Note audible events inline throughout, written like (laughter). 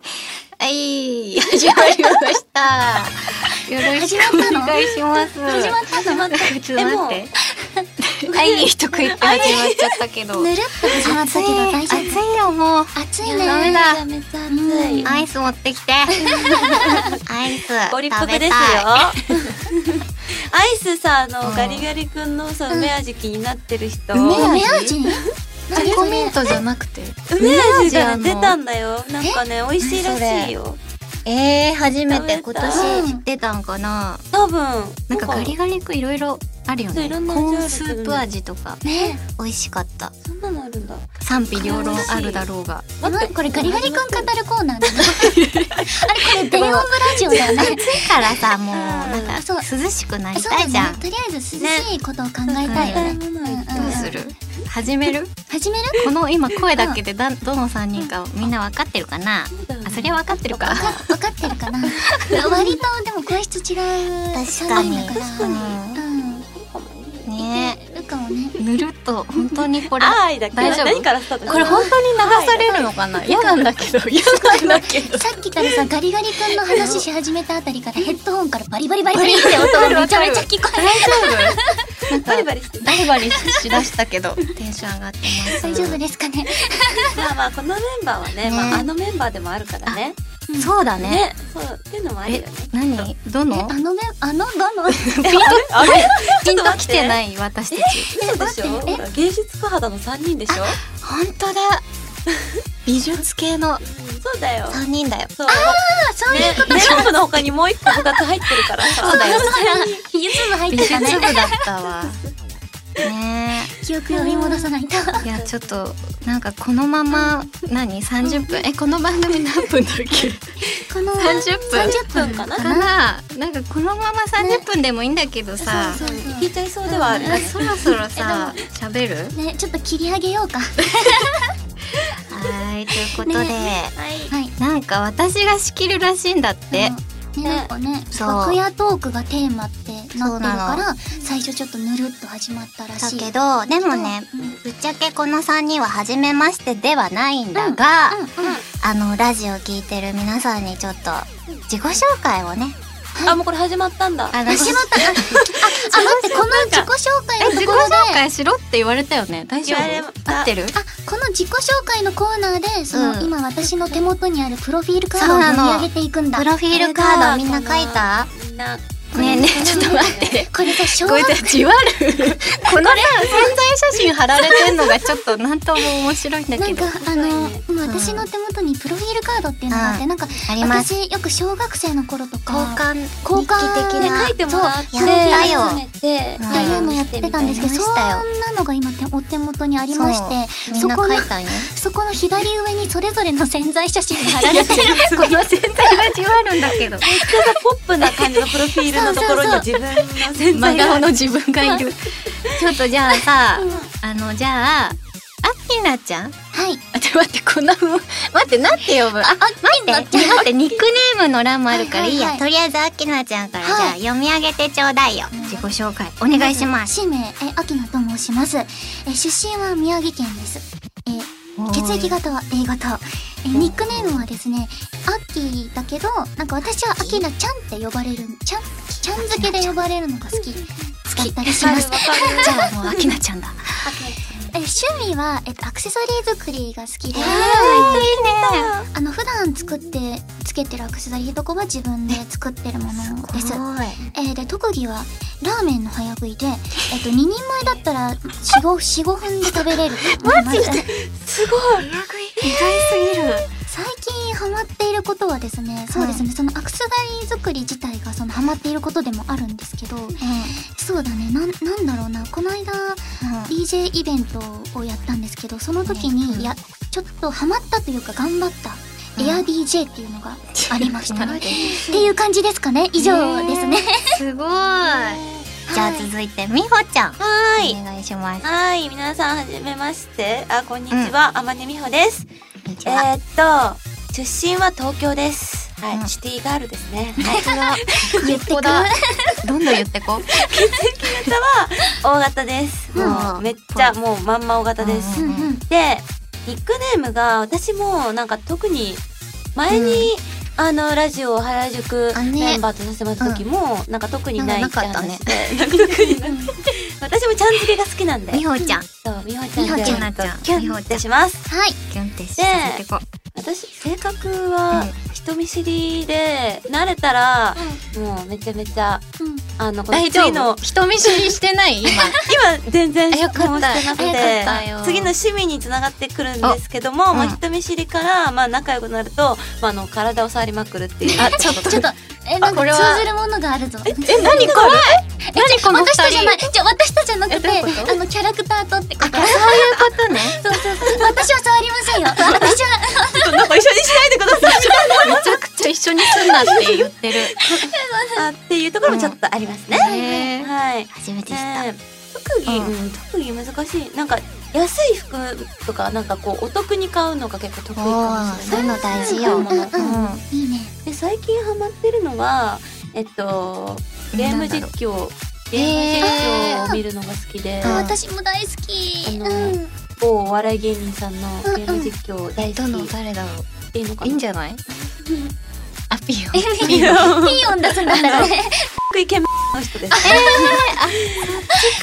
はい、始まりました。 (laughs) よろし始まっくおたの願いします。始まったのちょっと待っでて。会いに一食いって始まっちゃったけど。もぬるっと始まったけど大丈暑いよもう。夫暑いねダメだめっちゃ暑い、アイス持って (laughs) きて。アイスご立食腹べでたすいよ。。アイスさ、あの、うんガリガリ君のさ、梅味気になってる人。梅梅味梅味チョコミントじゃなくて。味が梅味ねあ出んのたんだよ。なんかね、美味しいらしいよ。ええ初めて食今べたい年知ってたんかな。多分。なんかガリガリ君いろいろあるよそういね。コろんな味あるーンスープ味とかね美味しかった。そんなのあるんだ。賛否両論あるだろうが。待ってこれガリガリ君語るコー (laughs) ナーだねあれこれ電音部ラジオだよね暑いからさもうなんかそう涼しくなりそうだたいじゃんね。とりあえず涼しいことを考えたいよねねうんうんどうする？始める？始めるこの今声だけでだどの三人かみんな分かってるかな。あそれは分かってるか。分かってる (laughs) かな割とでも声質違確うかに三人だから確かにうんねいけるかもねぬるっと本当にこれあーいだっけど。大丈夫何からスタートこれ本当に流されるのかな。嫌なんだけど嫌なんだけど。さっきからさガリガリ君の話し始めたあたりからヘッドホンからバリバリバリバリって音がめちゃめちゃ聞こえる大丈夫？バリリ。バリしてる。バリバリしだしたけどテンション上がってます。大丈夫ですかねまあまあ、このメンバーはね、ねまあ、あのメンバーでもあるからね。そうだね。ね。そう、っていうのもあるよえね。何どえの？あのめあのど (laughs) のえあれピンと来ていない私たち。嘘で (laughs) しょ待ってえほら芸術家肌の3人でしょ本当だ。美術系のそうだよ三人だよ。そうねあそういうことメンバーの他にもう一個部活入ってるからさ (laughs) そうだよ。美術部入っ美て術たね部だったわ。ね記憶読み戻さないとえ、いやちょっとなんかこのまま何三十分えこの番組何分だっけこの三十分30分かなかななんかこのまま三十分でもいいんだけどさ、そうそう聞いちゃいそうではあるよあねそろそろさ喋る？ねちょっと切り上げようかははいということで、ねはいなんか私が仕切るらしいんだって。あのねなんかねそう楽屋トークがテーマってなってるそうかなら最初ちょっとぬるっと始まったらだしいけどでもねうんうんぶっちゃけこの3人は初めましてではないんだが、あのラジオ聞いてる皆さんにちょっと自己紹介をねあもうこれ始まったんだあのしろ (laughs) あ待ってこの自己紹介のところでしろって言われたよね大丈夫合ってるあこの自己紹介のコーナーでその、うん今私の手元にあるプロフィールカードそをうなの読み上げていくんだプロフィールカあードみれだんな書いたみんなねえねえちょっと待ってこれさ小学たち (laughs) わるこのさ存在写真貼られてんのがちょっとなんとも面白いんだなん (laughs) かあの、面今私の手元にプロフィールカードっていうのがあって、うんなんかあります私よく小学生の頃と交か換交換日記ね的な書いてもらってそうやったよ集めてうんっていうのやってたんですけど、うんそんなのが今手お手元にありましてみそんなこ書のいた (laughs) んよそこの左上にそれぞれの潜在写真が貼られて (laughs) るこの存在がじわるんだけどちょっとポップな感じのプロフィールのところに自分の真潜在顔がの自分がいる (laughs) ちょっとじゃあさ、あのじゃああきなちゃんはいあちょ待ってこんなふう待ってなんて呼ぶあ待ってなちゃん待ってニックネームの欄もあるからいいや、はいはいとりあえずあきなちゃんから、はいじゃあ読み上げてちょうだいよ自己紹介お願いします氏名え秋菜と申しますえ出身は宮城県ですえ血液型は A 型えニックネームはですねアッキーだけどなんか私はアキナちゃんって呼ばれるちゃんちゃん付けで呼ばれるのが好きだったりしますじゃあもうあきな (laughs) ちゃんだえ趣味は、えっと、アクセサリー作りが好きで、いいねあの普段作ってつけてるアクセサリーとかは自分で作ってるものですすごいえーで特技はラーメンの早食いで、えっと、2人前だったら45分で食べれると思いますすごい意外すぎる最近ハマっていることはですねそうですね、そのアクセサリー作り自体がそのハマっていることでもあるんですけどそうだねなんなんだろうなこの間う DJ イベントをやったんですけどその時に、うんいやちょっとハマったというか頑張ったうんエア DJ っていうの (laughs) がありましたん、のうん、で、っていう感じですかね以上ですね、すごいじゃあ続いてみほちゃんはおい願いしますはい皆さんはじめましてあこんにちは天音美穂ですこんにちえはーっと出身は東京ですはうんいシティガールです (laughs) ね本当だ。言ってこだ。どんどん言ってこ。大型です。もううんめっちゃもうまんま大型です。ううんんうんうんで、ニックネームが私もなんか特に前に、あのラジオ原宿あねメンバーとさせてもらった時も、なんか特にないってなんかなかっ話たで、 (laughs) なんか特にない私もちゃんづけが好きなんでみほちゃん。そう美みほ穂ちちゃんゃんなでっちゃん。キみュンほっちゃてん。しますはい。キュンってさせてこう。私性格は人見知りで慣れたらもうめちゃめちゃうん。あのこの大丈次の夫。人見知りしてない今。今全然 (laughs) あよかったもうしてなくよかったてよ次の趣味につながってくるんですけども、まあ、うん人見知りから、まあ、仲良くなると、まあ、あの体を触りまくるっていう。あ、ちょっと。ちょっと、え、なんかこれは通ずるものがあるぞ。え、何これ何この二私とじゃない人。。じゃ、私とじゃなくて、えどういうことあの、キャラクターとってこと。そうそういうことね。そうそう。私は触りませんよ。私は、なんか一緒にしないでください。めちゃくちゃ一緒にすんなって言ってる。 (laughs) あっていうところもちょっとありますね。ねはい。初めて知った。ね特技、ううん特技難しい。なんか安い服とかなんかこうお得に買うのが結構得意かおもー、しそうれいうない。の大事よ。うんうんうんうんいいね。で最近ハマってるのはえっとゲーム実況ゲーム実況を見るのが好きで。あ私も大好き。あうのん。某お笑い芸人さんのゲーム実況大好どき、の誰だろいいのかう。いいんなじゃない？あ、ピヨ。ピヨン。ピヨン出すんだったらね。福井県の人です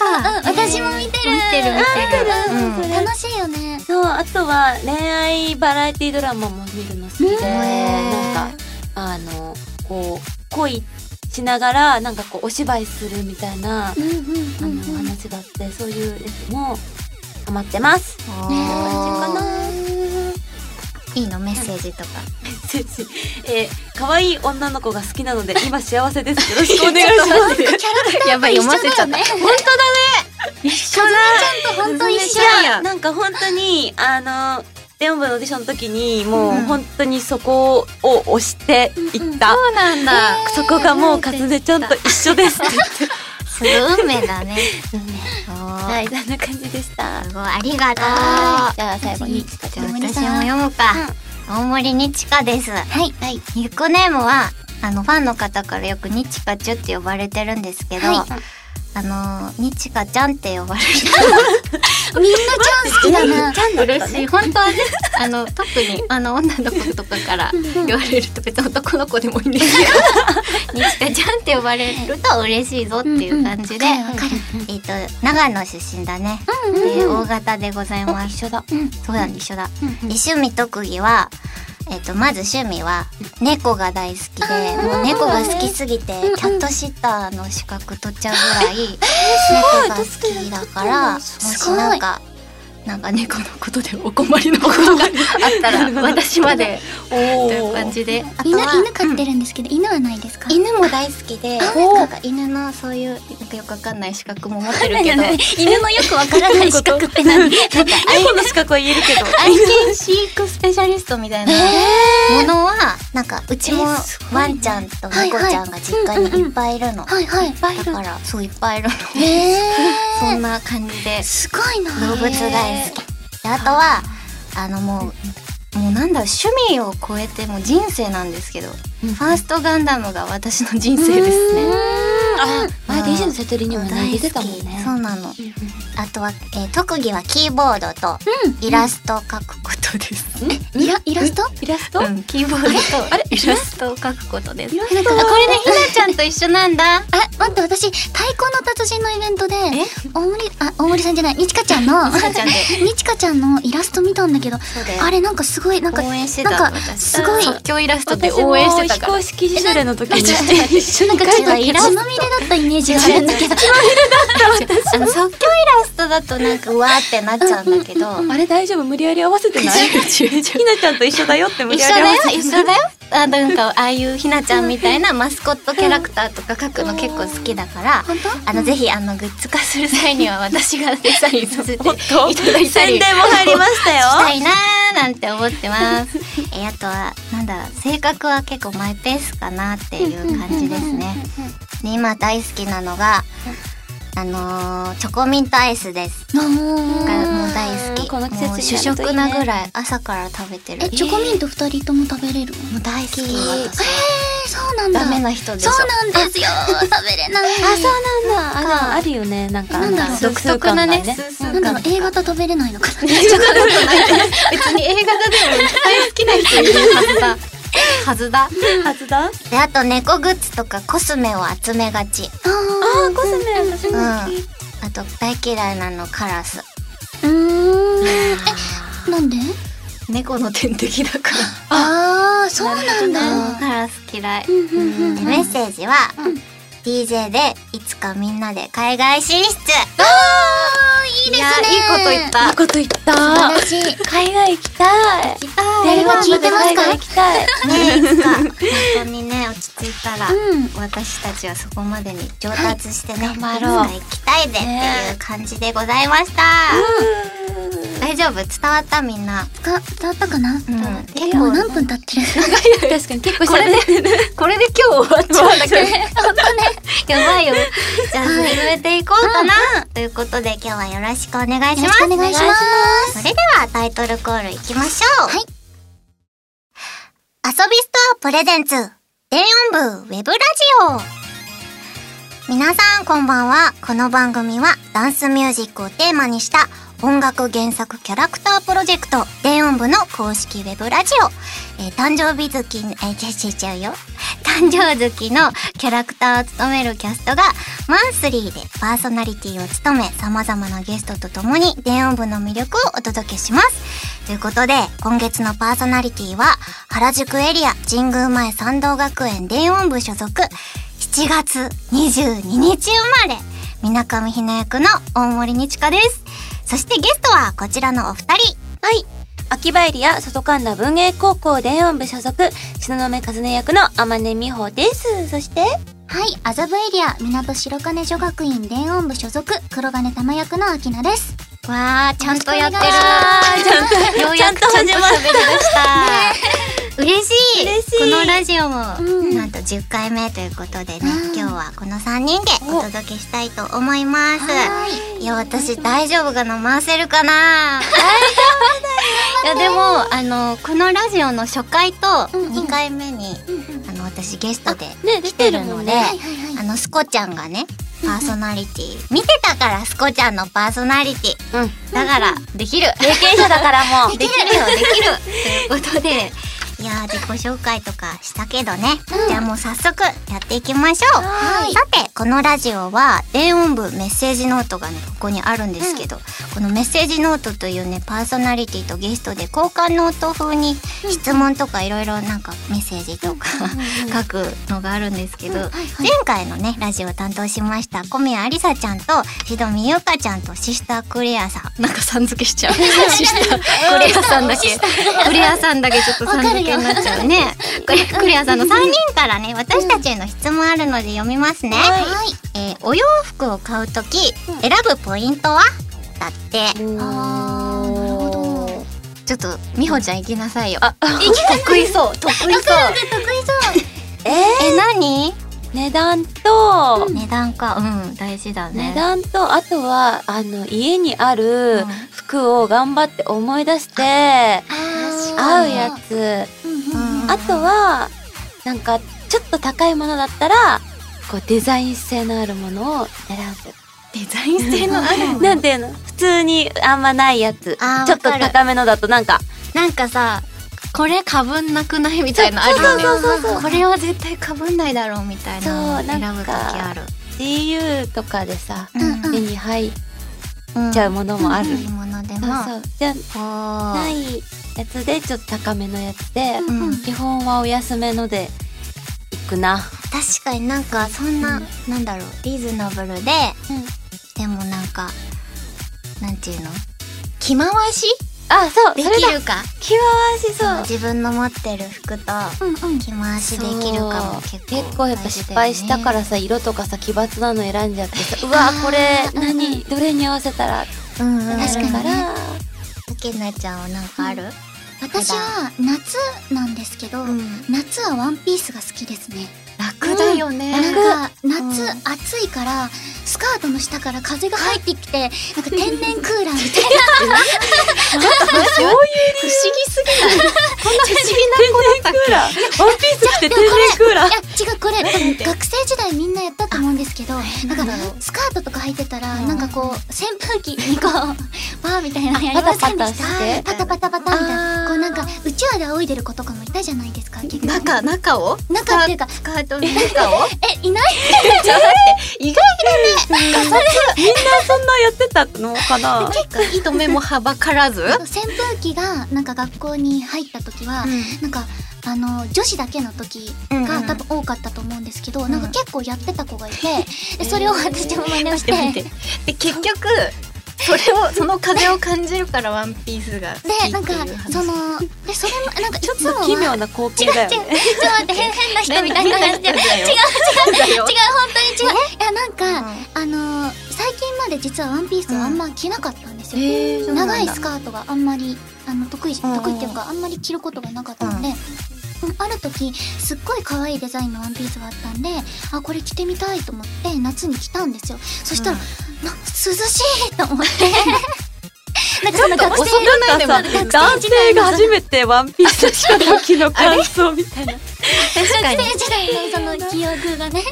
うん、私も見てる。見てる見てる。うんうん楽しいよね。そうあとは恋愛バラエティドラマも見るの好きで、ーなんかあのこう恋しながらなんかこうお芝居するみたいな、うんあの話があってそういうやつもハマってますあなーいいのメッセージと (laughs) か。先生えー、可愛い女の子が好きなので今幸せですよろしくお願いしますやばい読ませちゃっ一緒だよた。ね本当だね。一緒だ。ちゃんと本当一い緒。やいやなんか本当にあの電音部のオーディションの時にもううん本当にそこを押していった、そうなんだ。そこがもうかずねちゃんと一緒ですって言っすごい運命だね。おてーはいそんな感じでしたすごいありがとう。はいじゃあ最後にちかちじゃゃあん私も読むか。大森にちかです。はい。はい。ニックネームは、あの、ファンの方からよくにちかちゅって呼ばれてるんですけど、あの、にちかちゃんって呼ばれる。みんなちゃん好きだな。嬉しい。 (laughs) 本当はね、あの、特に、あの、女の子とかから言われると、別に男の子でもいいんです (laughs) けど、にちかちゃんって呼ばれると嬉しいぞっていう感じで、うんうんわかるえっ、と、長野出身だね。で、大型でございます。一緒だそうだね、一緒だ。で趣味特技は、えっと、まず趣味は猫が大好きで、もう猫が好きすぎて、キャットシッターの資格取っちゃうぐらい、猫が好きだから、もしなんか、なんか猫のことでお困りのことがあったら、私まで、おとおいう感じで。あと犬は犬飼ってるんですけど、犬はないですか？犬も大好きで、なんか犬のそういう、なんかよくわかんない資格も持ってるけど、犬のよくわから (laughs) ない資格って何？猫の資格は言えるけど愛犬飼育スペシャリストみたいな。ものは、なんか、うちもえすごいねワンちゃんと猫ちゃんが実家にいっぱいいるの。はいはい。だから、そう、いっぱいいるの。へえ。そんな感じで。すごいな。動物大好き。であとはあのもうもうなんだろう趣味を超えてもう人生なんですけど、うんファーストガンダムが私の人生ですね。あ前うん DJ のセトリにも投げてたもん大好ねきそうなの。あとは、えー特技はキーボードとイラストを描くことです。イライラスト？イラスト、うん、キーボードとイラストを描くことです。あ、こなんかれね、ひなちゃんと一緒なんだ。あ、待って、私、太鼓の達人のイベントで、大森、あ、大森さんじゃない、にちかちゃんの、ちかちゃんで (laughs) にちかちゃんのイラスト見たんだけど、うだよあれなんかすごい、なんか、応援してた。なんか、私すごい、なん即か興イラストで私も応援してた非から。公式時代の時にして一緒にちょっとイイララスストまみれだったイメージがあるんだけど、あの即興イラストだとなんかうわーってなっちゃうんだけど、 (laughs) あれ大丈夫無理やり合わせてない (laughs) ひなちゃんと一緒だよって無一理緒やり合だわよせて一緒だよあなんかああいうひなちゃんみたいなマスコットキャラクターとか描くの結構好きだから本当あのぜひあのグッズ化する際には私がデザインさせていおっとただいた宣り伝も入りましたよしたいなーなんて思ってます。えあとはなんだろう性格は結構マイペースかなっていう感じですね。で今大好きなのがあのーチョコミントアイスです。がもう大好き。この季節になもるといいねう主食なぐらい朝から食べてる。え、チョコミント二人とも食べれるのもう大好き。えー、私そうなんだ。ダメな人でしそょ。うなんですよ。食べれない。そうなんだああるよねなんかなんだろう独特なねスースなーんだろう、A 型食べれないのかな。別に映画でも大好きな人いるはずだはずだ。はずだあであと猫グッズとかコスメを集めがちあーコスメ私も好き、あと大嫌いなのカラスーうーんえなんで猫の天敵だから。ああそうなんうんだカラス嫌い。うんうんうんでメッセージは、DJ でいつかみんなで海外進出ああいいですねいやいいこと言っいたい。こと言っ素た晴らしい海外行きたい誰か聞いてますか海外行きたいねいつか本当にね落ち着いたら、うん私たちはそこまでに上達してね、頑張ろういつか行きたいでっていう感じでございました、大丈夫伝わったみんなが伝わったかな、んえもう何分経ってる確かに結構喋ってるこれで今日終わっちゃうんだけど。やばい (laughs) よじゃあ進めていこうかな、ということで今日はよろしくお願いし (laughs) よろましすくお願いしますそれではタイトルコールいきましょう。はい遊びストアプレゼンツ、電音部ウェブラジオ。皆さんこんばんは。この番組はダンスミュージックをテーマにした音楽原作キャラクタープロジェクト、電音部の公式ウェブラジオ。えー誕生日月に、えー、違う違う違うよ。誕生月のキャラクターを務めるキャストがマンスリーでパーソナリティを務め様々なゲストと共に電音部の魅力をお届けします。ということで今月のパーソナリティは原宿エリア神宮前参道学園電音部所属7月22日生まれ水上ひな役の大森にちかです。そしてゲストはこちらのお二人。はい (laughs) 秋葉エリア外神田文英高校電音部所属東雲和音役の天音美穂ですそしてはい麻布エリア港白金女学院電音部所属黒金玉役の秋菜ですわー、ちゃんとやってる。よようやくちゃんと喋りました。嬉しい嬉しいこのラジオも、うんなんと10回目ということでね、うん今日はこの3人でお届けしたいと思います。 (laughs) いや、私大丈夫かな回せるかな大丈夫だよ。いや、でも、あの、このラジオの初回と2回目に、あの、私ゲストで来ね出ててるるので、もんねいはいはいあの、スコちゃんがね、パーソナリティ、見てたから、スコちゃんのパーソナリティ。うんだから、できる。経験者だからもう (laughs) できるよ、できる。ということで、いやー、自己紹介とかしたけどね。じゃあもう早速やっていきましょう。はいさて、このラジオは、電音部メッセージノートがね、ここにあるんですけど、このメッセージノートというね、パーソナリティとゲストで交換ノート風に質問とかいろいろなんかメッセージとか書くのがあるんですけど、前回のね、ラジオを担当しました、小宮ありさちゃんと、しどみゆかちゃんとシスタークレアさん。なんかさん付け (laughs) しちゃう。したクレアさんだけ。クレアさんだけちょっとさん付けになっちゃうね。クレクレアさんの3人からね、私たちへの質問あるので読みますね。はいえーお洋服を買うとき、選ぶポイントはだって、あーなるほど得ちょっと、美穂ちゃん行きなさいよ。得意そう。得意 (laughs) そう。意え、何値段と、値段か。うん、大事だね。値段とあとはあの家にある服を頑張って思い出して、そう合うやつ、うんうんうんあとはなんかちょっと高いものだったらこうデザイン性のあるものを選デザイン性のあるもぶなんていうの普通にあんまないやつあーちょっとわかる高めのだとなんかなんかさ、これかぶんなくないみたいなあるそうよそうね。そうそうこれは絶対かぶんないだろうみたいなのをそう選なぶんときかある。 GU とかでさうんうん手に入っちゃうものもある、いいものでそも。うそうじゃおなーいやつでちょっと高めのやつで、うん基本はお安めので行くな、確かになんかそんな、なんだろうリーズナブルで、うんでもなんかなんていうの着回しあそうでそれきだるか気回しそう自分の持ってる服とうんうん着回しできるかも結構、結構やっぱ失敗したかららさ色とかさ奇抜なの選んじゃってさうわあーこれうん何どれに合わせたらうんうん、な確かるにかねらけなちゃんはなんかある、私は夏なんですけど、ん夏はワンピースが好きですね楽だよね。 (laughs) なんか夏、うん暑いからスカートの下から風が入ってきてなんか天然クーラーみたいなそう (laughs) いう不思議すぎない。こんな不思議な子だったっけワンピースって天然クーラーいや違うこれ多分学生時代みんなやったと思うんですけどなんかスカートとか履いてたらなんかこう扇風機にこうバーみたいなのやりませんでしたパタパタパタみたいなこうなんかうちわで仰いでる子とかもいたじゃないですか結構中、中を中っていうかスカートの中をえいないちょっと待って、意外そんなやってたのかなか人目もはばからず。扇風機がなんか学校に入った時は、なんかあの女子だけの時が多分多かったと思うんですけど、なんか結構やってた子がいて、でそれを私も真 (laughs) 似して、待って待ってで結局それをその風を感じるからワンピースが好きっていでうなんか話そのでそれもなんかいつもは奇妙な光景だよ違うね。違うちょっと待って変変な人みたいにな話してる違う違う違う違う本当に違ういやなんか、あのー最近まで実はワンピースをあんま着なかったんですよ、へーそうなんだ長いスカートがあんまりあの得意、んうん得意っていうかあんまり着ることがなかったので、うんある時すっごい可愛いデザインのワンピースがあったんであこれ着てみたいと思って夏に着たんですよそしたら、なんか涼しいと思ってなんかその学生なんかさ、男性が初めてワンピースした時の感想みたいな。確かに学生時代のその記憶がね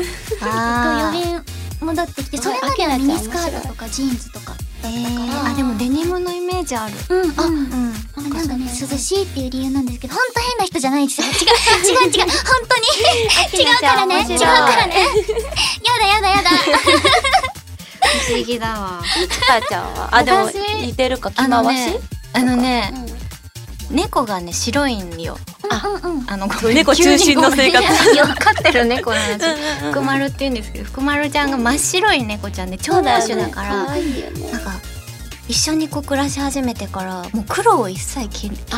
あー4年戻ってきてそれまではミニスカートとかジーンズとかえからーあでもデニムのイメージあるうんうんうんなんかね涼しいっていう理由なんですけど本当変な人じゃないです (laughs) よ違う違う違う本当に違うからねちゃん面違白いうからねやだやだやだ不思議だわあちゃんは。あ、でも私似てるか、着あの回しねあのねうん猫がね白いんようんうんうんあのごめん猫中心の生活急にごめん飼ってる猫の (laughs) 話うん福丸って言うんですけど福丸ちゃんが真っ白い猫ちゃんで長毛種だかそうらだよね可愛いよね。なんか一緒にこう暮らし始めてからもう黒を一切着着れなく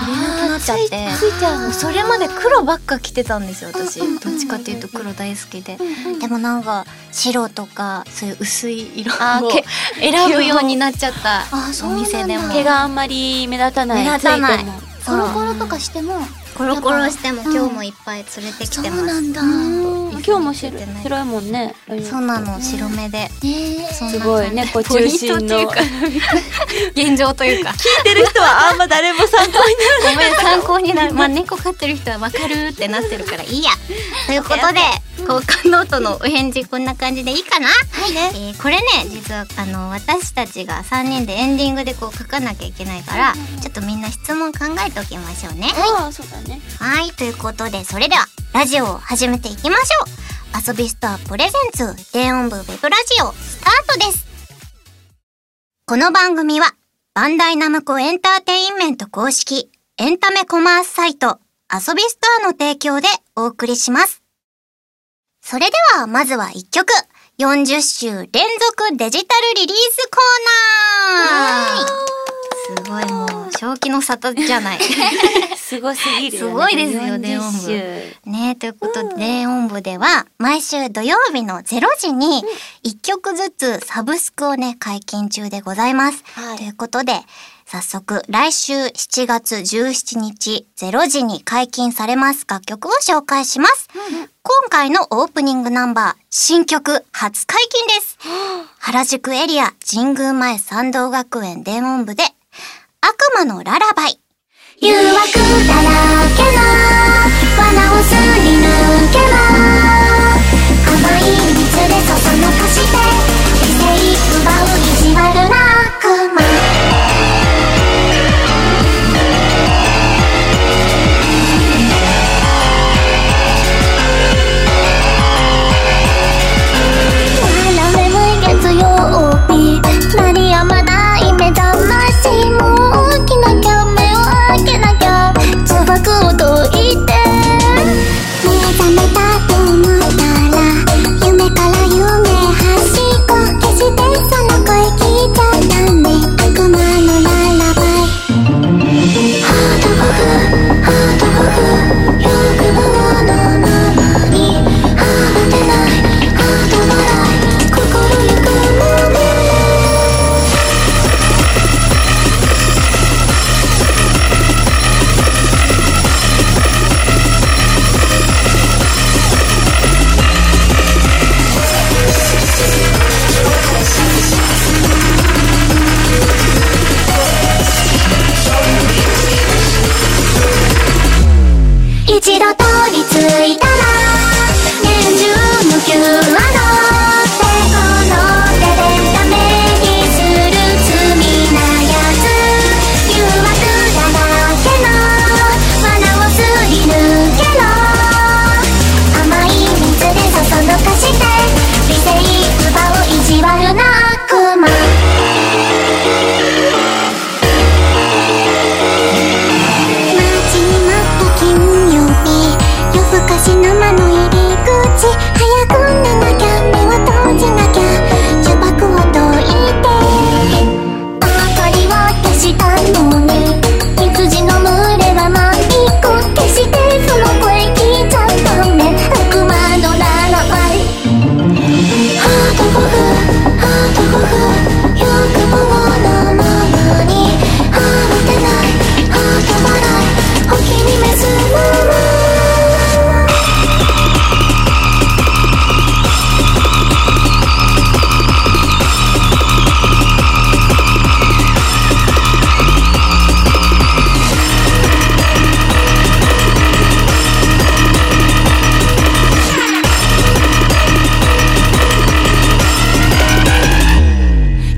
なっちゃってついちゃもんもうそれまで黒ばっか着てたんですよ私うんうんうんどっちかっていうと黒大好きでうんうんでもなんか白とかそういう薄い色あをーけ選ぶようになっちゃったあそうおなんだ店でも毛があんまり目立たない。目立たないつてもコロコロとかしてもコロコロしてもうん今日もいっぱい連れてきそてうまなすんだうん今日も白ついてないい白いもんね。そうなの白目でねえそんなすごい猫中心の。ポイントっていうか現状というか聞いてる人はあんま誰も参考に (laughs) なごめん参考にな (laughs) るまあ猫飼ってる人はわかるってなってるからいいやということで交換ノートのお返事こんな感じでいいかなはいね、えーこれね実はあの私たちが3人でエンディングでこう書かなきゃいけないからちょっとみんな質問考えておきましょうねい。ああ、そうだね。はいということでそれではラジオを始めていきましょう遊びストアプレゼンツ電音部ウェブラジオスタートですこの番組はバンダイナムコエンターテインメント公式エンタメコマースサイト遊びストアの提供でお送りしますそれではまずは1曲40週連続デジタルリリースコーナーすごいもう正気の里じゃないすごすぎるよね。すごいですよね40周ねということで、音部では毎週土曜日の0時に1曲ずつサブスクをね解禁中でございます。はいということで早速来週7月17日0時に解禁されます楽曲を紹介します。今回のオープニングナンバー新曲初解禁です。原宿エリア神宮前参道学園電音部で悪魔のララバイ。誘惑だらけな罠をすり抜けば甘い蜜でそそのかして理性奪う意地悪な悪魔斜め月曜日鳴りやまない目覚ましもう起きなきゃ目を開けなきゃ砂漠を解いてち早く寝なきゃ目を閉じなきゃ呪縛を解いて明かりを消したのに羊の群れはマイク消してその声聞いちゃったね悪魔のララバイハートフォグハートフォグ欲望のままにはまてないはまないお気に召すまま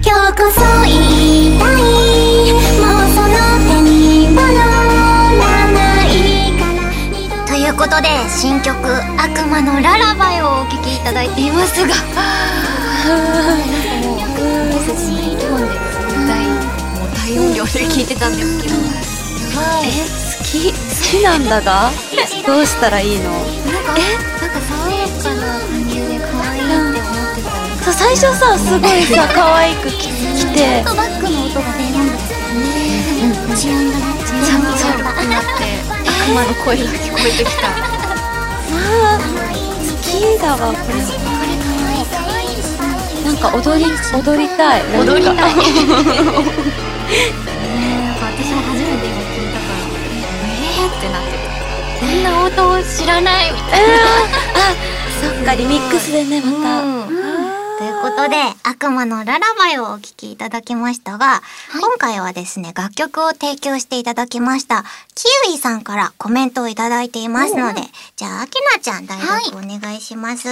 今日こそ言いたいもうその手に戻らないから二度ということで新曲「悪魔のララバイ」をお聴きいただいていますがなんかもう私たち日本で大もう大音量で聴いてたんですけどえ好き好きなんだ (laughs) がどうしたらいいのなんかなんか爽やかな感じで可愛いって思ってたんでそう最初さすごい (laughs) さ可愛くき着てとバックの音が出るんだよね治安だねちゃんと力がなって悪魔の声が聞こえてきたあー好きだわこれなんか踊り踊りたい踊 (laughs) りたいなんか私も初めて今聞いたからえーってなってたこんな音を知らないみたいそっかリミックスでねまた、うんということで「悪魔のララバイ」をお聴きいただきましたが、今回はですね楽曲を提供していただきましたキウイさんからコメントをいただいていますのでじゃああきなちゃん代読お願いします。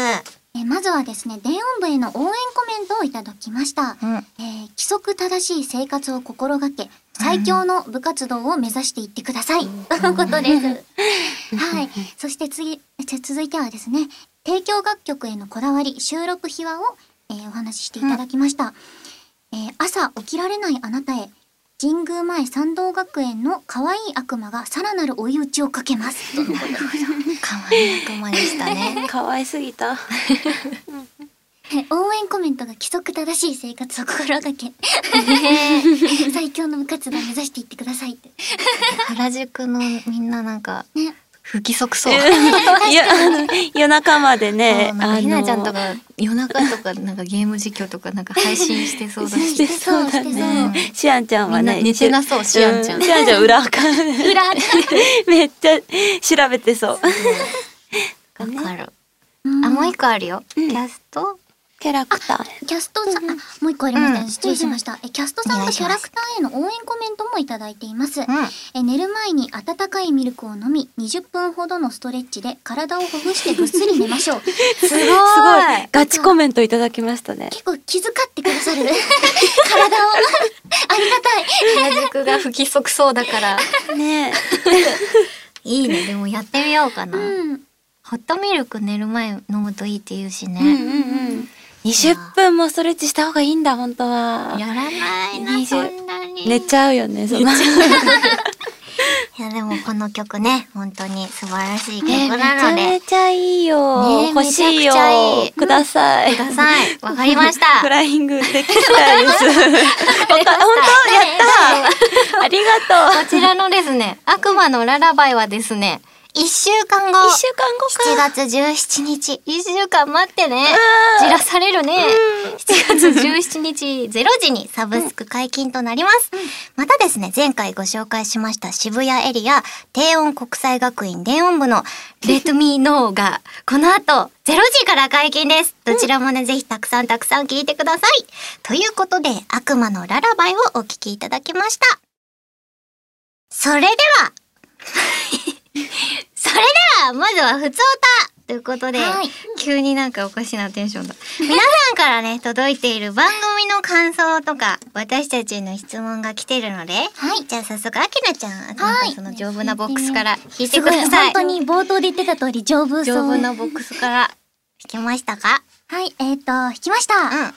えまずはですね電音部への応援コメントをいただきました、うんえー規則正しい生活を心がけ最強の部活動を目指していってください、とのことですはいそして次じゃ続いてはですね提供楽曲へのこだわり収録秘話を、えーお話ししていただきました、えー朝起きられないあなたへ神宮前参道学園の可愛い悪魔がさらなる追い打ちをかけますとのことかわいい悪魔でしたね。 (laughs) 可愛すぎたえ (laughs) 応援コメントが規則正しい生活を心がけ最強の部活動を目指していってくださいって原宿のみんななんかね不規則そう。 (laughs) いやあの夜中まで (laughs) ねなんかひなちゃんとかか夜中とかなんかゲーム実況とかなんか配信してそうだしてし。そうだねしてシアンちゃんはねみんな寝てなそうシアンちゃんうシアンちゃん裏垢裏がめっちゃ調べてそうわかる。うんあもう一個あるよ。んキャストキャラクターキャストさん、あもう一個ありました、うん失礼しましたえキャストさんおと願いしキャまラすクターへの応援コメントもいただいています、うん。え寝る前に温かいミルクを飲み20分ほどのストレッチで体をほぐしてぐっすり寝 (laughs) ましょうすごい。すごいガチコメントいただきましたね結構気遣ってくだ (laughs) さる体を (laughs) ありがたい原宿が不規則そうだからねい (laughs) いね。でもやってみようかな。うんホットミルク寝る前飲むといいって言うしうんうんね。うん20分もストレッチした方がいいんだ本当はやらないな20そんなに。寝ちゃうよねそのいやでもこの曲ね本当に素晴らしい曲 (laughs) ねめちなゃのでめ。ちゃいいよ、ね欲しいめちゃよくちゃいいくださいくださ (laughs) い。わかりました。フライングでき (laughs) たいですわか本当やったありがとうこちらのですね、悪魔のララバイはですね、1週間後、一週間後か7月17日、1週間待ってね、じらされるね、7月17日0時にサブスク解禁となります。またですね、前回ご紹介しました渋谷エリア低音国際学院電音部の Let Me Know が、この後0時から解禁です。どちらもね、ぜひたくさんたくさん聴いてください。ということで、悪魔のララバイをお聴きいただきました。それでは、 (laughs) それでは、まずは、ふつおたということで、はい急になんかおかしなテンションだ。皆さんから (laughs) ね、届いている番組の感想とか、私たちへの質問が来てるので、はいじゃあ早速、あきなちゃん、あきなはちゃいんその丈夫なボックスから引いてすくごいださい。本当に冒頭で言ってた通り丈夫そう丈夫なボックスから引きましたかはい、えっ、と、弾きました。うん。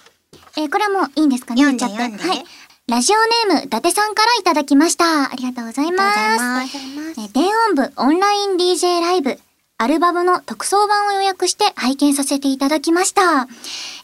えーこれはもういいんですかね読んで言っちゃって読んではい。ラジオネーム、伊達さんからいただきました。ありがとうございます。ありがとうございますえー電音部オンライン DJ ライブ、アルバムの特装版を予約して拝見させていただきました。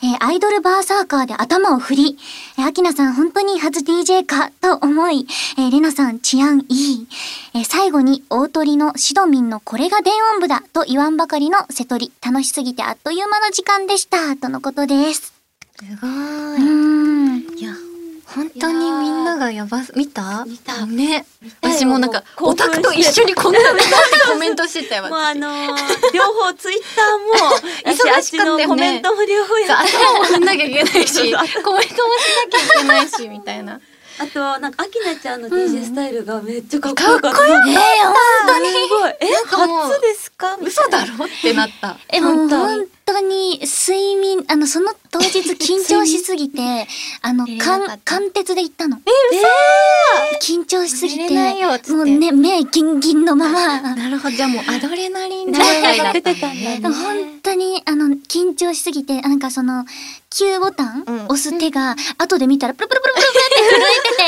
えーアイドルバーサーカーで頭を振り、えー、アキナさん本当に初 DJ かと思い、えーレナさん治安いい、えー最後に大鳥のシドミンのこれが電音部だと言わんばかりの瀬取り、楽しすぎてあっという間の時間でした、とのことです。すごうーーい。ん。いや、本当にみんながやばす、見た見たね。たよ私もなんか、もうオ興奮タしクてと一緒にこんな歌ってコメントしてたよ。もう私あのー (laughs) 両方ツイッターも、忙しかったよね私のコメントも両方やっ頭も振んなきゃいけない (laughs) そうし、そコメうントもしなきゃいけないし、みたい (laughs) な。あと、なんか、アキナちゃんの DJ スタイルがめっちゃかっこよかった。かっこよねえ、本当に。すごい。え、かもう初ですか嘘だろってなった。え、もう本当に睡眠、あの、その当日緊張し (laughs) すぎて、あの、寝れなか貫った貫徹で行ったの。緊張しすぎ寝て。れないよっつってもうね、目ギンギンのま (laughs) ま。なるほど、じゃあもうアドレナリンね状態だった出てたんだねでも本当に、あの、緊張しすぎて、なんかその、Q ボタン、うん押す手が、後で見たら、プルプルプルプル (laughs) プルって震えてて。でもわかる、震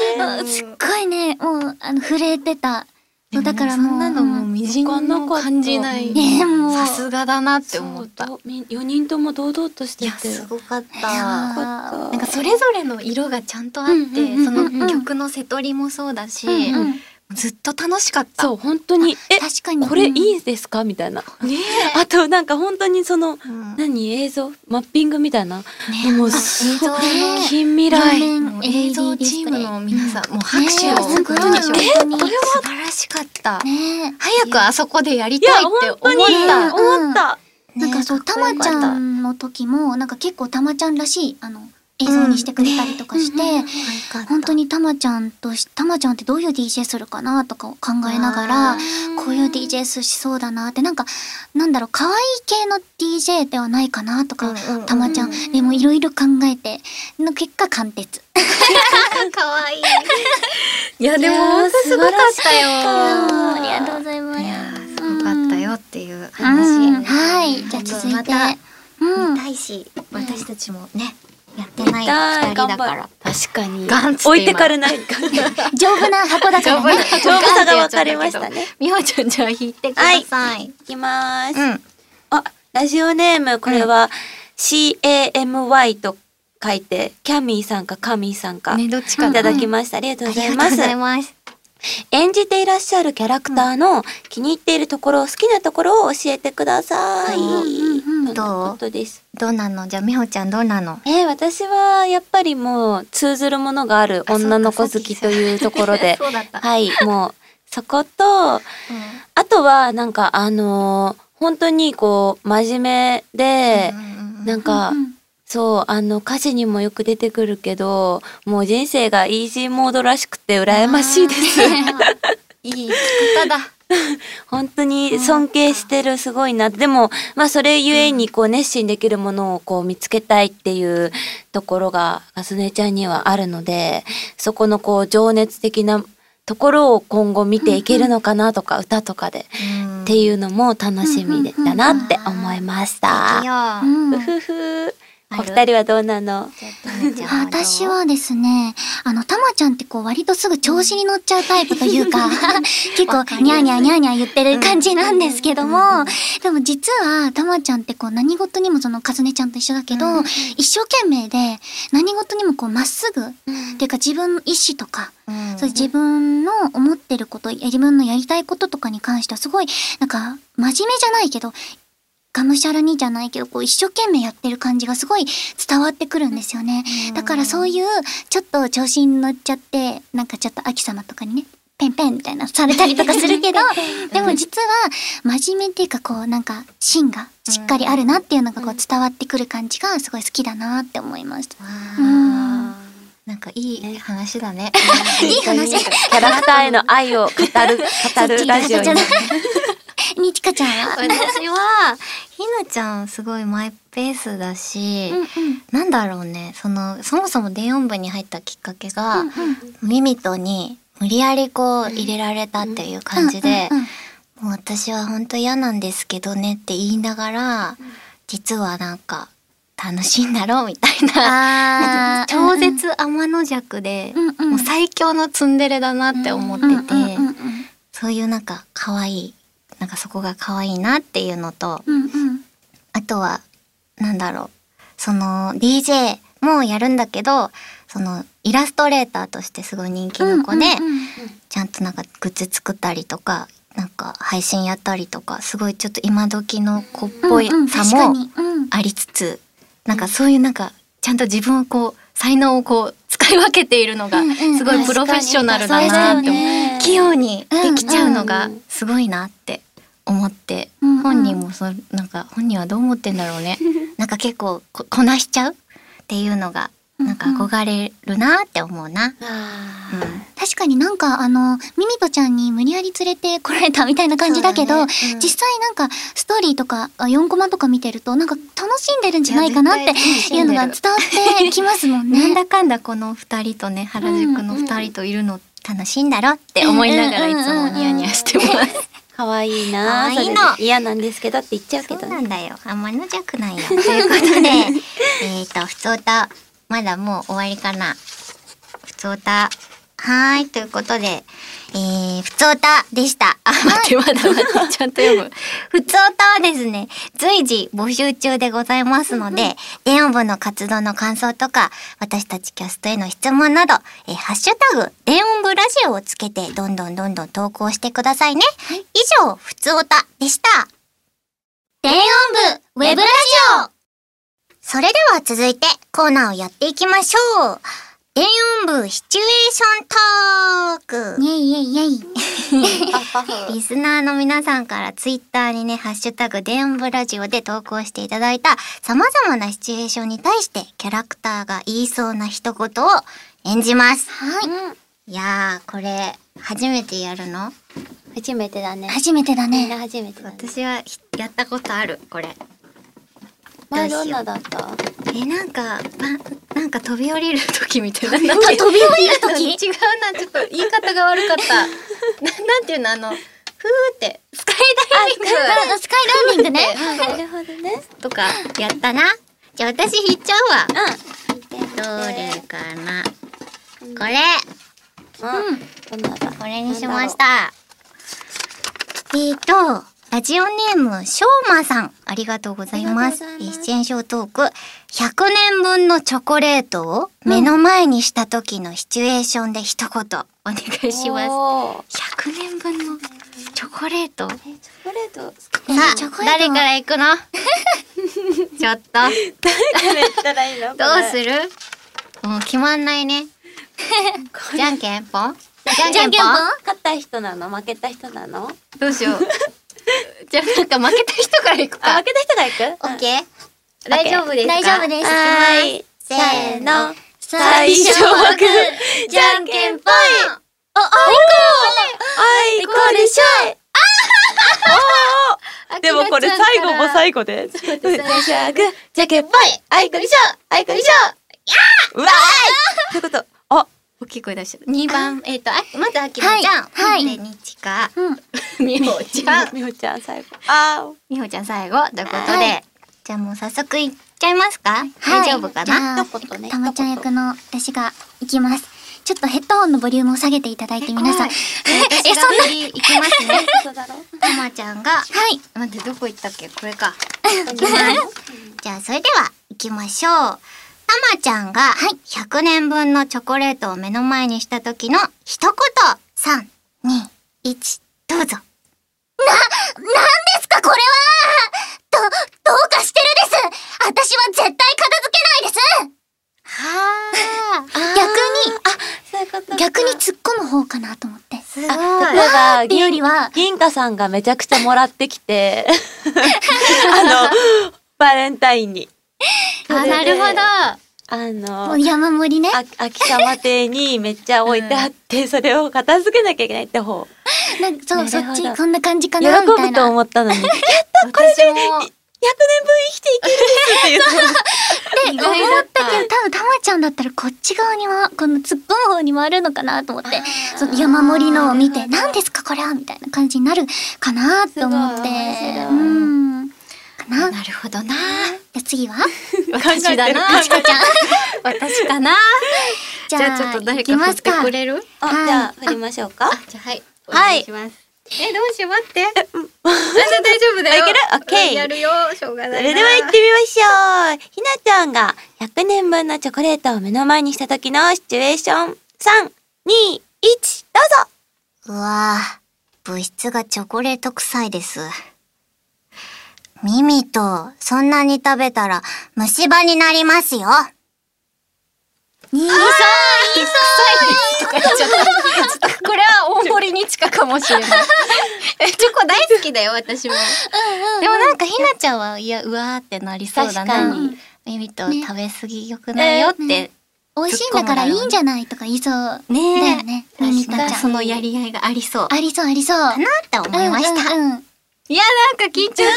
えるよね。すっごいね、もう、あの、震えてた。でもだからそもう。んなのもう微塵も感じない。ねえもうさすがだなってそう思った。どみ4人とも堂々としていて。や、すごかっいやた。ーかなんかそれぞれの色がちゃんとあって、うんうんうんそうんうのん曲の瀬取りもそうだし、うんうんずっと楽しかった。そう、本当に、え、確かに。これいいですかみたいな。ねあと、なんか本当にその、うん何映像マッピングみたいな。もう、すごい映像近未画来。面もう LED 映像チームの皆さん、もうディ拍スプ手レイを本当にねえす素ごい本当に晴らしかった。ね早くあそこでやりいやたい、って本思当にった。思った。え、なんかそう、たまちゃんの時も、なんか結構たまちゃんらしい、あの、映像にしてくれたりとかして、本当ににたまちゃんとし、たまちゃんってどういう DJ するかなとかを考えながら、こういう DJ しそうだなって、なんか、なんだろう、可愛い系の DJ ではないかなとか、たまちゃん、でもいろいろ考えて、の結果、貫徹。可愛い。いや、でも本当すごかったよ。ありがとうございまいす。やー、すごかったよっていう話。うんはい、じゃあ続いまて。たうん見たいし、私たちもね、やってない見た二い人だから。確かにガンツって今置いてかれないから。丈夫な箱だからね。丈丈夫さが分かりましたね。みほちゃんじゃあ弾いてください。いきます。うん。あ、ラジオネーム、これは CAMY と書いて、キャミーさんかカミーさんか、ねいどっちかただうんきました。ありがとうあごりがとございうますざ。います。演じていらっしゃるキャラクターの気に入っているところ、好きなところを教えてください。うんうんとのことです。どうなのじゃあみほちゃんどうなのえー私はやっぱりもう通ずるものがある女の子好きというところで、そうだった。 (laughs) はい、もうそこと、あとはなんかあのー本当にこう真面目で、なんか、そうあの歌詞にもよく出てくるけどもう人生がイージーモードらしくて羨ましいです。いい方だ。本当に尊敬してるすごいなでもまあそれゆえにこう熱心できるものをこう見つけたいっていうところがかすねちゃんにはあるのでそこのこう情熱的なところを今後見ていけるのかなとか歌とかでうんっていうのも楽しみだなって思いました。よう。んうふふあるお二人はどうなの私はですね、あの、たまちゃんってこう割とすぐ調子に乗っちゃうタイプという (laughs) か、結構わかりやすいニャーニャーニャーニャー言ってる感じなんですけども、でも実はたまちゃんってこう何事にもそのかずねちゃんと一緒だけど、一生懸命で何事にもこうまっすぐ、っていうか自分の意思とか、うんそういう自分の思ってること、自分のやりたいこととかに関してはすごい、なんか、真面目じゃないけど、がむしゃらにじゃないけど、こう一生懸命やってる感じがすごい伝わってくるんですよね。だからそういう、ちょっと調子に乗っちゃって、なんかちょっと秋様とかにね、ペンペンみたいなされたりとかする (laughs) けど、でも実は真面目っていうかこうなんか芯がしっかりあるなっていうのがこう伝わってくる感じがすごい好きだなって思いました。わうんあなんかいい話だね。いい話キャラクターへの愛を語る語るラジオに。にちかちゃんは (laughs) 私はひなちゃんすごいマイペースだし、なんだろうねそのそもそも電音部に入ったきっかけが、ミミトに無理やりこう入れられたっていう感じで、うんうんもう私は本当嫌なんですけどねって言いながら実はなんか楽しいんだろうみたいなあー (laughs) 超絶天の弱で、うんうんもう最強のツンデレだなって思ってて。うんうんうんうんそういうなんか可愛い、なんかそこが可愛いなっていうのと、うんうん。あとは、なんだろう。その、DJ もやるんだけど、その、イラストレーターとしてすごい人気の子で、うんうんうんちゃんとなんかグッズ作ったりとか、なんか配信やったりとか、すごいちょっと今時の子っぽいうんうんさ確かもにうんありつつ、なんかそういうなんか、ちゃんと自分をこう、才能をこう、使い分けているのが、うんうんすごいプロフェッショナル確だかなっにて思うね器用にできちゃうのがうんうんすごいなって思って、うんうん本人もそなんか本人はどう思ってんだろう (laughs) ねなんか結構ここなしちゃうっていうのがなんか憧れるなって思うな、あうん確かになんかあのミミトちゃんに無理やり連れてこられたみたいな感じだけどそうだねうん実際なんかストーリーとかあ4コマとか見てるとなんか楽しんでるんじゃないかなっいてや絶対楽しんでるいうのが伝わってきますもん (laughs) なんね。だかんだこの2人とね原宿の2人といるの楽しいんだろって思いながらいつもニヤニヤしてます。可愛いな可愛いのそれで嫌なんですけどって言っちゃうけそうどなねんだよ。あんまりのじゃく (laughs) ないよ。ということで、えっと、ふつおた、まだもう終わりかな。ふつおた、はーい。ということで、えー、ふつおたでした。あ、 (laughs) 待って、まだ待って、ちゃんと読む。 (laughs) ふつおたはですね、随時募集中でございますので、電音部の活動の感想とか、私たちキャストへの質問など、えーハッシュタグ、電音部ラジオをつけて、どんどんどんどん投稿してくださいね。以上、ふつおたでした。電音部ウェブラジオそれでは続いてコーナーをやっていきましょう電音部シチュエーショントークイエイイエイイエイ。リスナーの皆さんからツイッターにね、ハッシュタグ電音部ラジオで投稿していただいた様々なシチュエーションに対してキャラクターが言いそうな一言を演じます。はい、いやー、これ、初めてやるの初めてだね初めてだみんなね。初めてだね私はひやったことある、これ。前どんなだったえなんかばなんか飛び降りる時みたいな飛び飛び降りる時 (laughs) 違うなちょっと言い方が悪かったななんていうのあのふーってスカイダイビングスカイランディングね。なるほどねとかやったなじゃあ私引いちゃうわどどれかなこれうんどんなだこれにしましたえーとラジオネームしょうまさんありがとうございますありがとうござえいーます出演賞トーク100年分のチョコレートを目の前にした時のシチュエーションで一言お願いしますおー100年分のチョコレートさえチョコレートあチョコレート誰から行くのちょっとめったらいいの (laughs) どうするもう決まんないねじゃんけんぽんじゃんけんぽん勝った人なの負けた人なのどうしよう (laughs) じゃあなんか負けた人から行くあか負けた人がいくオッケー大丈夫ですか大丈夫ですはーいせーの最初はグーじゃんけんぽいお、おあいこでしょいいでもこれ最後も最後で。最初はグーじゃんけんぽいあいこでしょあいこでしょうわーいということ。あ、大きい声出してる二 (laughs) 番、えっ、と、あ、まずあきみちゃん。はいはいで、にちか。うん (laughs) みほちゃん。みほちゃん最後。あみほちゃん最後。ということで、はいじゃあもう早速いっちゃいますか、大丈夫かじなゃあ一言ねたまちゃん役の私が行きます。ちょっとヘッドホンのボリュームを下げていただいて皆さ怖ん。いえ、 (laughs) (laughs) え、そんな。 (laughs) いきますね。そうだろ (laughs) うたまちゃんが、はい。待って、どこ行ったっけこれか。じゃあ、それでは、行きましょう。たまちゃんが、100年分のチョコレートを目の前にした時の一言。3、2、1、どうぞ。なんですかこれはど、どうかしてるです私は絶対片付けないですはあ。逆そういうことに、逆に突っ込む方かなと思って。すごい。あ例えばっていうよりは銀貨さんがめちゃくちゃもらってきて (laughs) あのバレンタインにあ、なるほど。あものう山盛りね。あ秋様邸にめっちゃ置いてあって、それを片付けなきゃいけないって方なんかなそう、るそほっどち、こんな感じか喜なみたいぶとな。思ったのに (laughs) やったこれで100年分生きていけるんですっていうで、思ったけど、多分たまちゃんだったらこっち側にも、この突っ込む方にもあるのかなと思って、その山盛りのを見て、何ですかこれはみたいな感じになるかなと思って。すごい面白いうん。かな。じゃなるほどな。あ次は私だな。ちかちゃん。私かな。 (laughs) じゃあ、ちょっと誰か行きま振すってかくれる (laughs) あじゃあ振りましょうかじゃあ、はい。はいお願いします。え、どうしよう、待って。全然大丈夫だよ。あいけるオッケーうんやるよ、しょうがそないな。れでは行ってみましょうひなちゃんが100年分のチョコレートを目の前にした時のシチュエーション321どうぞうわぁ、物質がチョコレート臭いです。ミミと、そんなに食べたら虫歯になりますよ。とか言っちゃった。ちょっとこれは大盛りに近かもしれない。え、チョコ大好きだよ、私も。でもなんかひなちゃんは、いや、うわーってなりそうだな。確かにミミと食べ過ぎよくないよって。ね美味しいんだからいいんじゃないとか言いそう。だえ。よね。ミミタちゃん。そのやり合いがありそう。ありそうありそう。かなって思いました。う (laughs) んうんうんいや、なんか緊張する。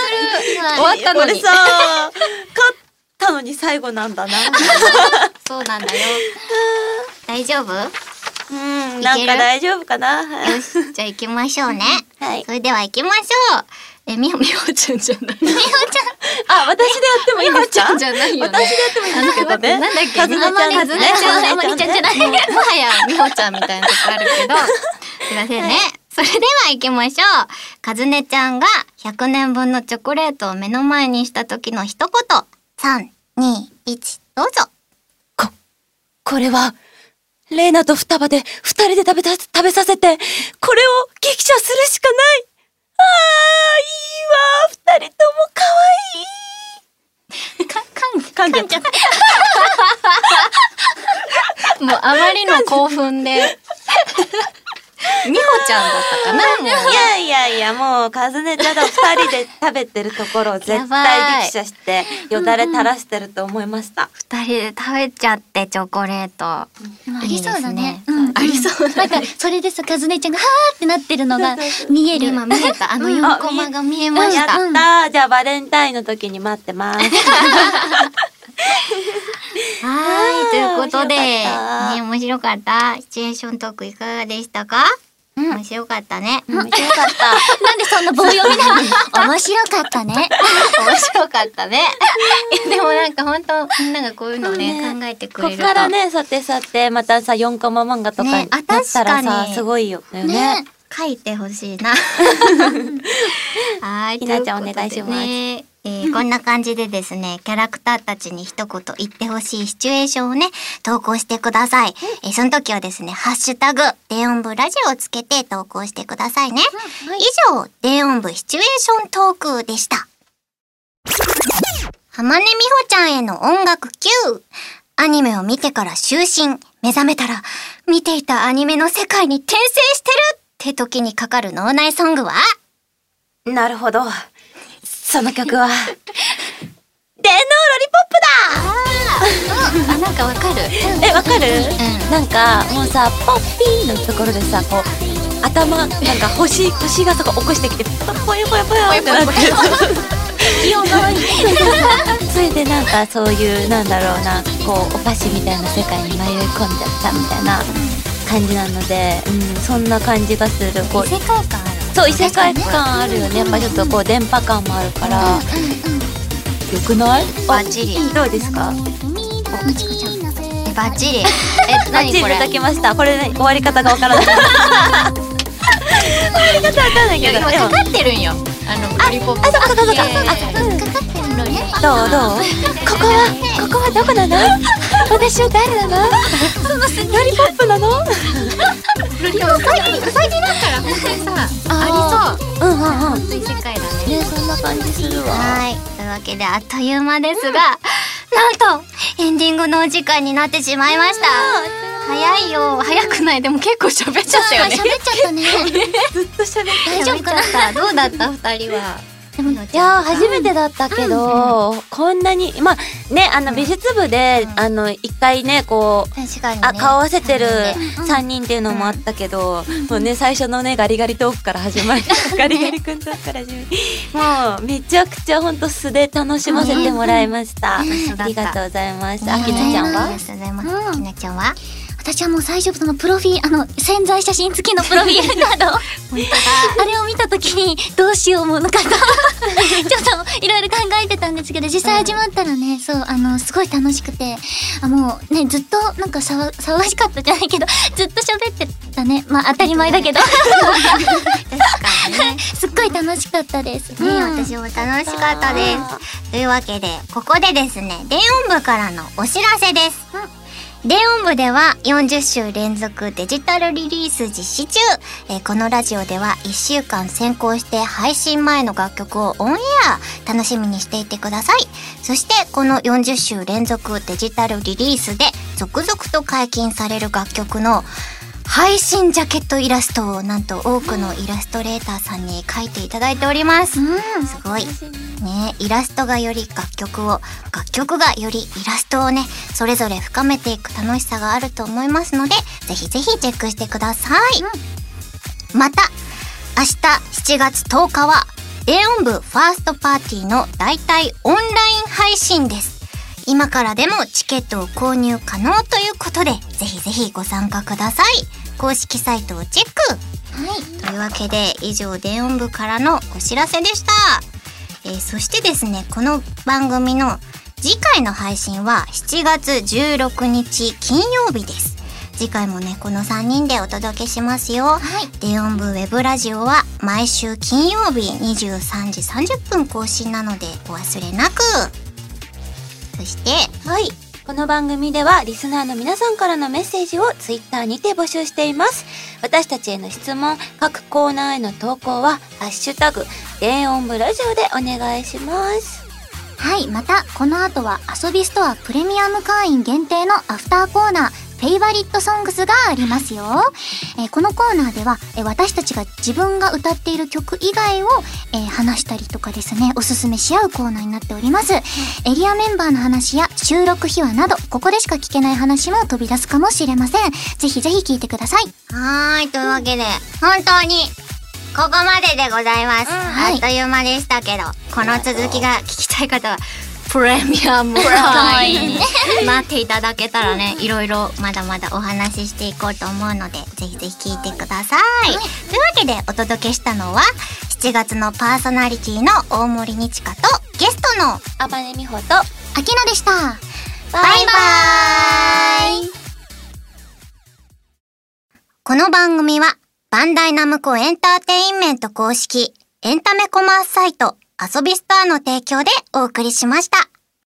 終わったの俺に (laughs) さ、。勝ったのに最後なんだな。そうなんだよ。大丈夫ようんなんか大丈夫かなはいし、じゃあ行きましょうね。はいそれでは行きましょう。え、みほ、みほちゃんじゃない。みほあ私でやってもいいですちかゃんじゃないよね。私だってもいいんだけどね。なんだっけ、かずなちゃんかずなちゃん、あまりちゃんじゃない。 (laughs) もはやみほちゃんみたいなとこあ (laughs) るけど、すいませんね。それでは行きましょう。かずねちゃんが100年分のチョコレートを目の前にした時の一言。3、2、1、どうぞ。これは、レイナと双葉で二人で食べた、食べさせて、これを激写するしかないああ、いいわ二人とも可愛い噛んでた。もうあまりの興 (laughs) 奮で。みほちゃんだったかな、 (laughs) もう。いやいやいや、もう、カズネちゃんと二人で食べてると (laughs) ころを絶対激写して、よだれ垂らしてると思いました。二人で食べちゃってチョコレート。でもありそうだいいですね。ねうん、ありそうだ、ね。なんか、それでさ、かずねちゃんが、はーってなってるのが見える。今見えた、あの4コマが見えまし。やったたじゃあバレンタインの時に待って (laughs) ます。はい、ということで、面白かったね、面白かった。シチュエーショントークいかがでしたか、面白かったね。面白かっなんでそんな棒読みな (laughs) の面白かったね。た。面白かった (laughs) ね。いやでもなんか本当みんながこういうのをね、考えてくこれっると。からね、さてさて、またさ、4コマ漫画とかねにあなったら確かさ、にすごいよね。ね書いてほしい (laughs) な。はい、ひなちゃんお願いしとうますことでねえーこんな感じでですね、キャラクターたちに一言言ってほしいシチュエーションをね、投稿してください。えーその時はですね、ハッシュタグ、電音部ラジオをつけて投稿してくださいね。以上、電音部シチュエーショントークでした。浜根美穂ちゃんへの (laughs) 音楽 Q! アニメを見てから就寝。目覚めたら、見ていたアニメの世界に転生してるって時にかかる脳内ソングはなるほど。その (laughs) 曲は、電あ、なんかわかる。脳ロリポップだえ、わかる、なんか、もうさ、ポッピーのところでさ、こう、頭、なんか星、星がそこ起こしてきて、ぽよぽよぽよってなって。 (laughs) それでなんかそういうなんだろうなこうお菓子みたいな世界に迷い込んじゃったみたいな感じなので、うん、そんな感じがするこう世界観ある。そう異世界感あるよねやっぱちょっとこう電波感もあるから、よくないバッチリどうですかみちこちゃん。えバッチリ。え、バッチ何リこれ。叩きましたこれ、ね、終わり方がわからない終わり方わかんないけどでもかかってるんよ。あの、ロリポップ。あ、そうかそうかかかかってるのね。どうどうここはここはどこなの私は誰なのロリポップなのうさぎだから、本当にさ、ありそう。うんうんうん本当に世界だね。ねそんな感じするわはい。というわけで、あっという間ですが、なんと、エンディングのお時間になってしまいました。早いよ。早くない。でも結構喋っちゃったよね。喋っちゃ (laughs) ったね。大丈夫かった。どうだった二人は。でも、いやー初めてだったけど、こんなにまあねあの美術部で、あの一回ねこう確かに、ね。あ顔合わせてる3人っていうのもあったけど、もうね最初のねガリガリトークから始まりガリガリくんトークから始まりもうめちゃくちゃほんと素で楽しませてもらいました、うんうんありがとうございましねた、あきなちゃんありはがとうございます。ひなちゃんは私はもう最初そのプロフィーあの潜在写真付きのプロフィールカードをあれを見た時にどうしようもなかったちょっといろいろ考えてたんですけど実際始まったらね、そうあのすごい楽しくてあもうねずっとなんか騒騒がしかったじゃないけどずっと喋ってたねまあ当たり前だ (laughs) けど (laughs) すっごい楽しかったです、ね、うん私も楽しかったです。というわけで、ここでですね、電音部からのお知らせです。電音部では40週連続デジタルリリース実施中、えーこのラジオでは1週間先行して配信前の楽曲をオンエア楽しみにしていてくださいそしてこの40週連続デジタルリリースで続々と解禁される楽曲の配信ジャケットイラストをなんと多くのイラストレーターさんに描いていただいております、すごいねイラストがより楽曲を楽曲がよりイラストをねそれぞれ深めていく楽しさがあると思いますのでぜひぜひチェックしてください、また明日7月10日は電音部ファーストパーティーの代替オンライン配信です今からでもチケットを購入可能ということでぜひぜひご参加ください公式サイトをチェックはいというわけで以上電音部からのお知らせでした、えーそしてですねこの番組の次回の配信は7月16日金曜日です次回もねこの3人でお届けしますよ、デオン部ウェブラジオは毎週金曜日23時30分更新なのでお忘れなくそしてはい。この番組ではリスナーの皆さんからのメッセージをツイッターにて募集しています。私たちへの質問、各コーナーへの投稿は、ハッシュタグ、電音部ラジオでお願いします。はい、また、この後は遊びストアプレミアム会員限定のアフターコーナー、フェイバリットソングスがありますよ。えーこのコーナーでは、えー私たちが自分が歌っている曲以外を、えー話したりとかですね、おすすめし合うコーナーになっております。エリアメンバーの話や収録秘話など、ここでしか聞けない話も飛び出すかもしれません。ぜひぜひ聞いてください。はーいというわけで本当にここまででございます、はいあっという間でしたけどこの続きが聞きたい方はプレミアムは会い員に待っていただけたらねいろいろまだまだお話ししていこうと思うのでぜひぜひ聞いてください、というわけでお届けしたのは7月のパーソナリティの大森にちかとゲストのあばねみほと、秋野でした。バイバイこの番組は、バンダイナムコエンターテインメント公式、エンタメコマースサイト、遊びスターの提供でお送りしました。